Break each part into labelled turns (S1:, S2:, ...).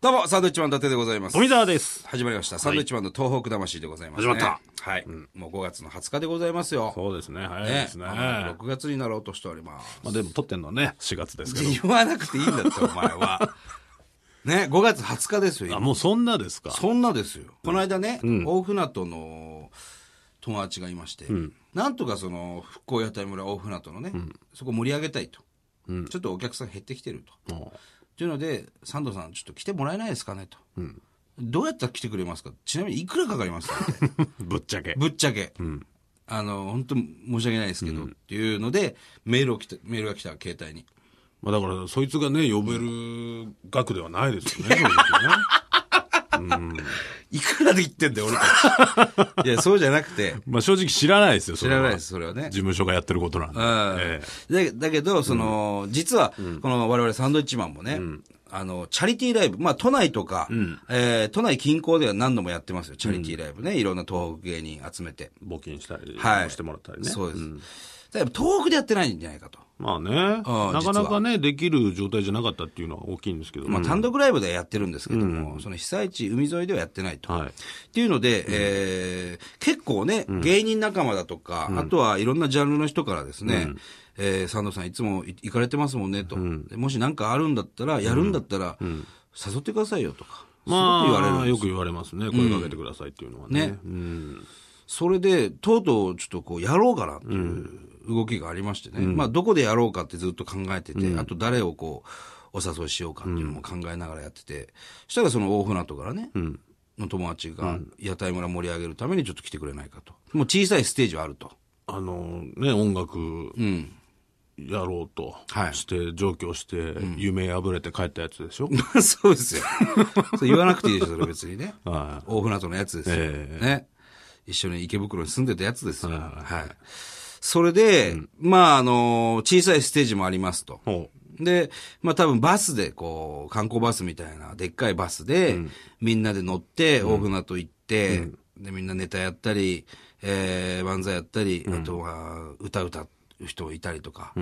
S1: どうも、サンドウィッチマン伊達でございます。
S2: 富澤です。
S1: 始まりました。サンドウィッチマンの東北魂でございます、ね。
S2: 始ま
S1: った。はい、もう5月の20日でございますよ。
S2: そうですね。早いですね。
S1: あの6月になろうとしております。
S2: まあでも撮ってんのね、4月ですけど。
S1: 言わなくていいんだって、お前 は。ね、5月20日ですよ、今
S2: あ、もうそんなですか。
S1: そんなですよ。この間ね、大船渡の友達がいまして、なんとかその復興屋台村大船渡のね、そこ盛り上げたいと、ちょっとお客さん減ってきてると。
S2: も
S1: というので、サンドさん、ちょっと来てもらえないですかねと。どうやったら来てくれますかちなみにいくらかかり ますかって
S2: うぶっちゃけ。
S1: ぶっちゃけ。あの、本当申し訳ないですけど、っていうので、メールを来た、メールが来た、携帯に。
S2: まあだから、そいつがね、呼べる額ではないですよね。そうですよね
S1: いくらで言ってんだよ、俺た ち。いや、そうじゃなくて、
S2: まあ正直知らないですよ、そ
S1: 知
S2: れは
S1: らないです、それはね
S2: 事。務所がやってることなんで。ええ
S1: だだけど、その、実は、この我々サンドイッチマンもね、あの、チャリティーライブ、まあ、都内とか、えー都内近郊では何度もやってますよ、チャリティーライブね。いろんな東北芸人集めて。
S2: 募金したり、
S1: はい
S2: してもらったりね。
S1: そうです。だから東北でやってないんじゃないかと。
S2: まあね、なかなかね、できる状態じゃなかったっていうのは大きいんですけど。
S1: まあ、単独ライブではやってるんですけども、その被災地、海沿いではやってないと。
S2: はい
S1: っていうので、えー結構ね、芸人仲間だとか、あとはいろんなジャンルの人からですね、えー、サンドさんいつもい行かれてますもんねと、でもしなんかあるんだったら、やるんだったら、誘ってくださいよとか、
S2: まあ、
S1: すごく言われるんで
S2: よ
S1: す
S2: く言われますね。声かけてくださいっていうのはね。
S1: ね
S2: うん。
S1: それで、とうとうちょっとこう、やろうかなっていう動きがありましてね、まあ、どこでやろうかってずっと考えてて、あと誰をこう、お誘いしようかっていうのも考えながらやってて、したらその大船渡からね、の友達が、屋台村盛り上げるためにちょっと来てくれないかと。もう小さいステージはあると。
S2: あの、ね、音楽
S1: うん。
S2: やろうと
S1: はい
S2: して、上京して、夢破れて帰ったやつでしょ、
S1: そうですよ。 そう言わなくていいでしょ、それ別にね。
S2: は
S1: 大船渡のやつですよ、
S2: え
S1: ね。一緒に池袋に住んでたやつですよ。はい。それで、まあ、あの小さいステージもありますと。
S2: い。ほ
S1: で、まあ多分バスで、こう、観光バスみたいな、でっかいバスで、みんなで乗って、大船渡行って、で、みんなネタやったり、えー、漫才やったり、あとは、歌歌う人いたりとか、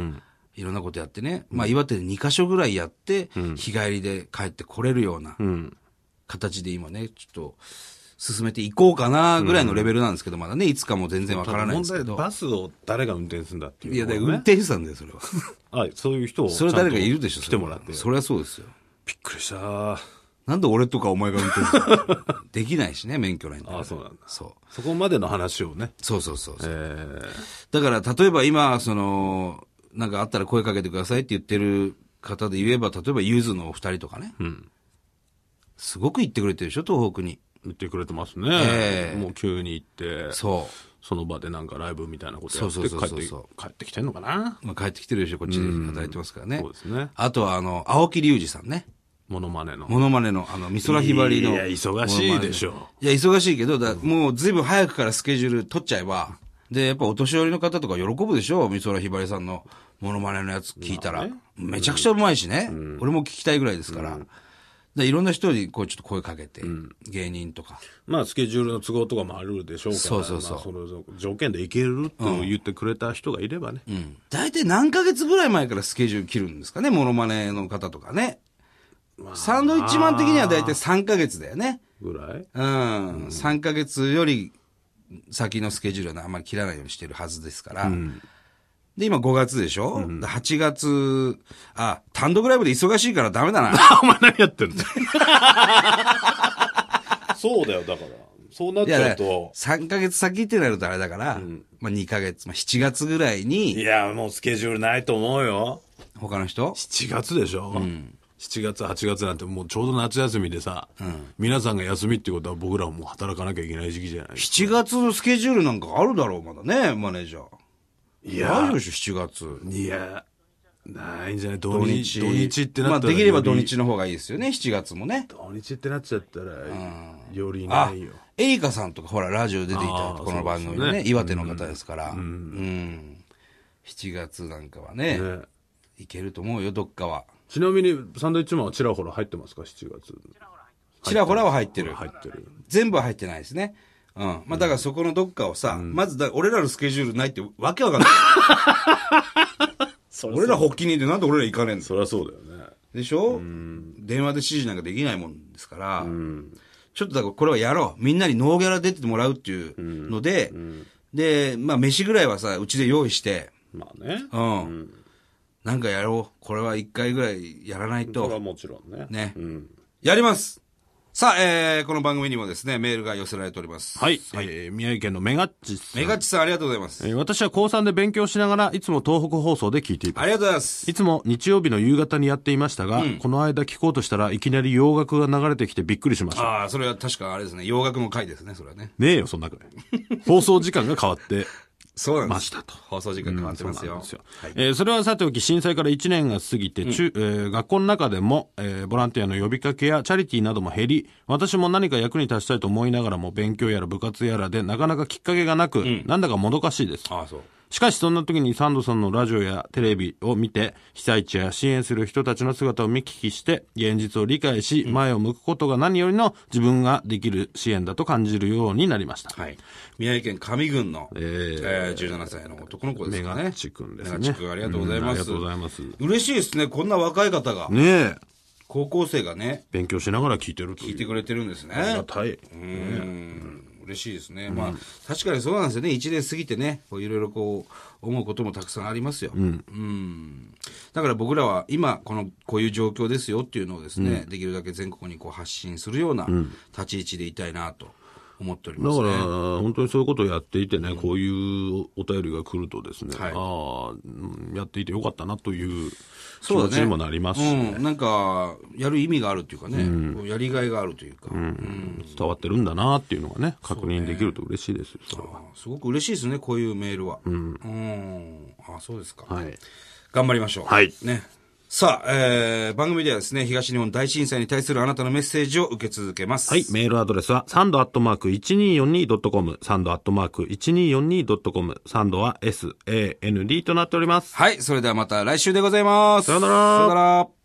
S1: いろんなことやってね、まあ岩手で2カ所ぐらいやって、日帰りで帰ってこれるような
S2: う。うん。
S1: 形で今ね、ちょっと、進めていこうかな、ぐらいのレベルなんですけど、まだね、いつかも全然わからないんですけ
S2: ただ問題
S1: ど。
S2: バスを誰が運転するんだっていう、
S1: いや、だから
S2: ね。
S1: 運転手さんだよ、それは。
S2: はい、そういう人を。
S1: それは誰かいるでしょ、
S2: 来てもらって。
S1: それはそうですよ。
S2: びっくりした。あ
S1: なんで俺とかお前が運転するの できないしね、免許ないんだから
S2: あ、そうなんだ。
S1: そう。
S2: そこまでの話をね。
S1: そうそうそうそう
S2: ええ
S1: だから、例えば今、その、なんかあったら声かけてくださいって言ってる方で言えば、例えばゆずのお二人とかね。すごく言ってくれてるでしょ、東北に。
S2: 言ってくれてますね。
S1: ええ
S2: もう急に行って、そ
S1: そ
S2: の場でなんかライブみたいなことやって
S1: そうそうそうそう
S2: 帰って、帰ってきてんのかな
S1: う。まあ、帰ってきてるでしょ、こっちで働いてますからね。
S2: そうですね
S1: あとは、あの、青木隆二さんね。
S2: モノマネの。
S1: モノマネの、あの、美空ひばりの。
S2: いや忙しいでしょ
S1: モノマネいや、忙しいけど、だもうずいぶん早くからスケジュール取っちゃえば、で、やっぱお年寄りの方とか喜ぶでしょ美空ひばりさんのモノマネのやつ聞いたら。
S2: まあね
S1: めちゃくちゃうまいしね、俺も聞きたいぐらいですから。でいろんな人にこうちょっと声かけて、芸人とか。
S2: まあ、スケジュールの都合とかもあるでしょうから、
S1: そうそうそう
S2: まあその条件で行けると言ってくれた人がいればね。
S1: うん。大体何ヶ月ぐらい前からスケジュール切るんですかねモノマネの方とかね。サンドイッチマン的には大体3ヶ月だよね。
S2: ぐらい
S1: うん、3ヶ月より先のスケジュールはあんまり切らないようにしてるはずですから。で、今5月でしょ、で ?8 月、あ、単独ライブで忙しいからダメだ な。
S2: お前何やってんの そうだよ、だから。そうなっ
S1: い
S2: ち
S1: や、
S2: ゃ
S1: だ
S2: う
S1: から
S2: と。
S1: 3ヶ月先ってなるとあれだから、まあ2ヶ月、まあ7月ぐらい
S2: い
S1: に、
S2: や、もうスケジュールないと思うよ。
S1: 他の人
S2: 7月でしょ、う7月、8月なんてもうちょうど夏休みでさ、皆さんが休みってことは僕らはもう働かなきゃいけない時期じゃない。
S1: 7月のスケジュールなんかあるだろう、まだね、マネージャー。大丈
S2: いや
S1: 夫、でしょ、7月。
S2: いや、ないんじゃない土
S1: 土
S2: 日
S1: 日。
S2: 土日ってな
S1: ま
S2: っ
S1: あ
S2: たら
S1: で
S2: より、
S1: きれば土日の方がいいですよね、7月もね。
S2: 土日ってなっちゃったら、より
S1: あ
S2: ないよ。、
S1: エリカさんとかほら、ラジオ出ていただい
S2: あ
S1: た
S2: ー
S1: この番組
S2: そ
S1: のね、
S2: うですね
S1: 岩手の方ですから、うん。7月なんかはね、
S2: ね
S1: いけると思うよ、どっかは。
S2: ちなみに、サンドイッチマンはちらほら入ってますか ?7 月。
S1: ちらほらは入ってる。
S2: 入ってる。
S1: 全部は入ってないですね。うん。まあ、だからそこのどっかをさ、まずだ、俺らのスケジュールないってわけわかんない。俺ら発起人でなんで俺ら行かねえんだ
S2: そりゃそうだよね。
S1: でしょ、電話で指示なんかできないもんですから、ちょっとだからこれはやろう。みんなにノーギャラ出てもらうっていうので、で、まあ飯ぐらいはさ、うちで用意して、
S3: まあね。
S1: うん。なんかやろう。これは一回ぐらいやらない
S3: それは
S1: と。
S3: もちろんね。
S1: ね
S3: うん。
S1: やりますさあ、えー、この番組にもですね、メールが寄せられております。
S2: はい、えー宮城県のメガッチさん
S1: メガッチさんありがとうございます。
S2: えー私は高3で勉強しながらいつも東北放送で聞いています
S1: ありがとうございます。
S2: いつも日曜日の夕方にやっていましたが、この間聞こうとしたらいきなり洋楽が流れてきてびっくりしました。
S1: ああ、それは確かあれですね、洋楽の回ですね、それはね。
S2: ねえよ、そんなくらい。放送時間が変わって。
S1: そうなんです。
S2: ましたと
S1: 放送時間変わってますよ。
S2: うんそうなんですよえーそれはさておき、震災から1年が過ぎて、中えー学校の中でも、えーボランティアの呼びかけやチャリティーなども減り、私も何か役に立ちたいと思いながらも、勉強やら部活やらで、なかなかきっかけがなく、なんだかもどかしいです。
S1: ああ、そう。
S2: しかしそんな時にサンドさんのラジオやテレビを見て、被災地や支援する人たちの姿を見聞きして、現実を理解し、前を向くことが何よりの自分ができる支援だと感じるようになりました。
S1: はい。宮城県上郡の、え
S2: ー
S1: ー17歳の男の子です
S2: メ
S1: か
S2: ガ
S1: ね。
S2: ネチ君ですね。
S1: メガチ君ありがとうございます
S2: んありがとうございます。ね
S1: 嬉しいですね、こんな若い方が、
S2: え、
S1: 高校生がね、
S2: 勉強しながら聞いてると
S1: 聞
S2: い。
S1: いうてくれてるんです
S2: あり
S1: ね
S2: が。たい。
S1: うん嬉しいですね、まあ、確かにそうなんですよね、1年過ぎてね、こういろいろこう思うこともたくさんありますよ、うんだから僕らは今この、こういう状況ですよっていうのをですね、できるだけ全国にこう発信するような立ち位置でいたいなと思っており
S2: だ
S1: ま
S2: か
S1: す
S2: ら、
S1: ね。
S2: 本当にそういうことをやっていてね、こういうお便りが来るとですね、
S1: はい
S2: ああうん、やっていてよかったなという気
S1: そう
S2: 持
S1: だ
S2: ちにもなりますし、ね
S1: うん、なんか、やる意味があるというかね、こうやりがいがあるというか、
S2: 伝わってるんだなっていうのがね、確認できると嬉しいですよ、それは。
S1: すごく嬉しいですね、こういうメールは。うん。あ、そうですか。
S2: はい。
S1: 頑張りましょう。
S2: はい
S1: ね。さあ、えー、番組ではですね、東日本大震災に対するあなたのメッセージを受け続けます。
S2: はい、メールアドレスは、サンドアットマーク 1242.com、サンドアットマーク 1242.com、サンドは SAND となっております。
S1: はい、それではまた来週でございます。
S2: さよなら
S1: さよなら。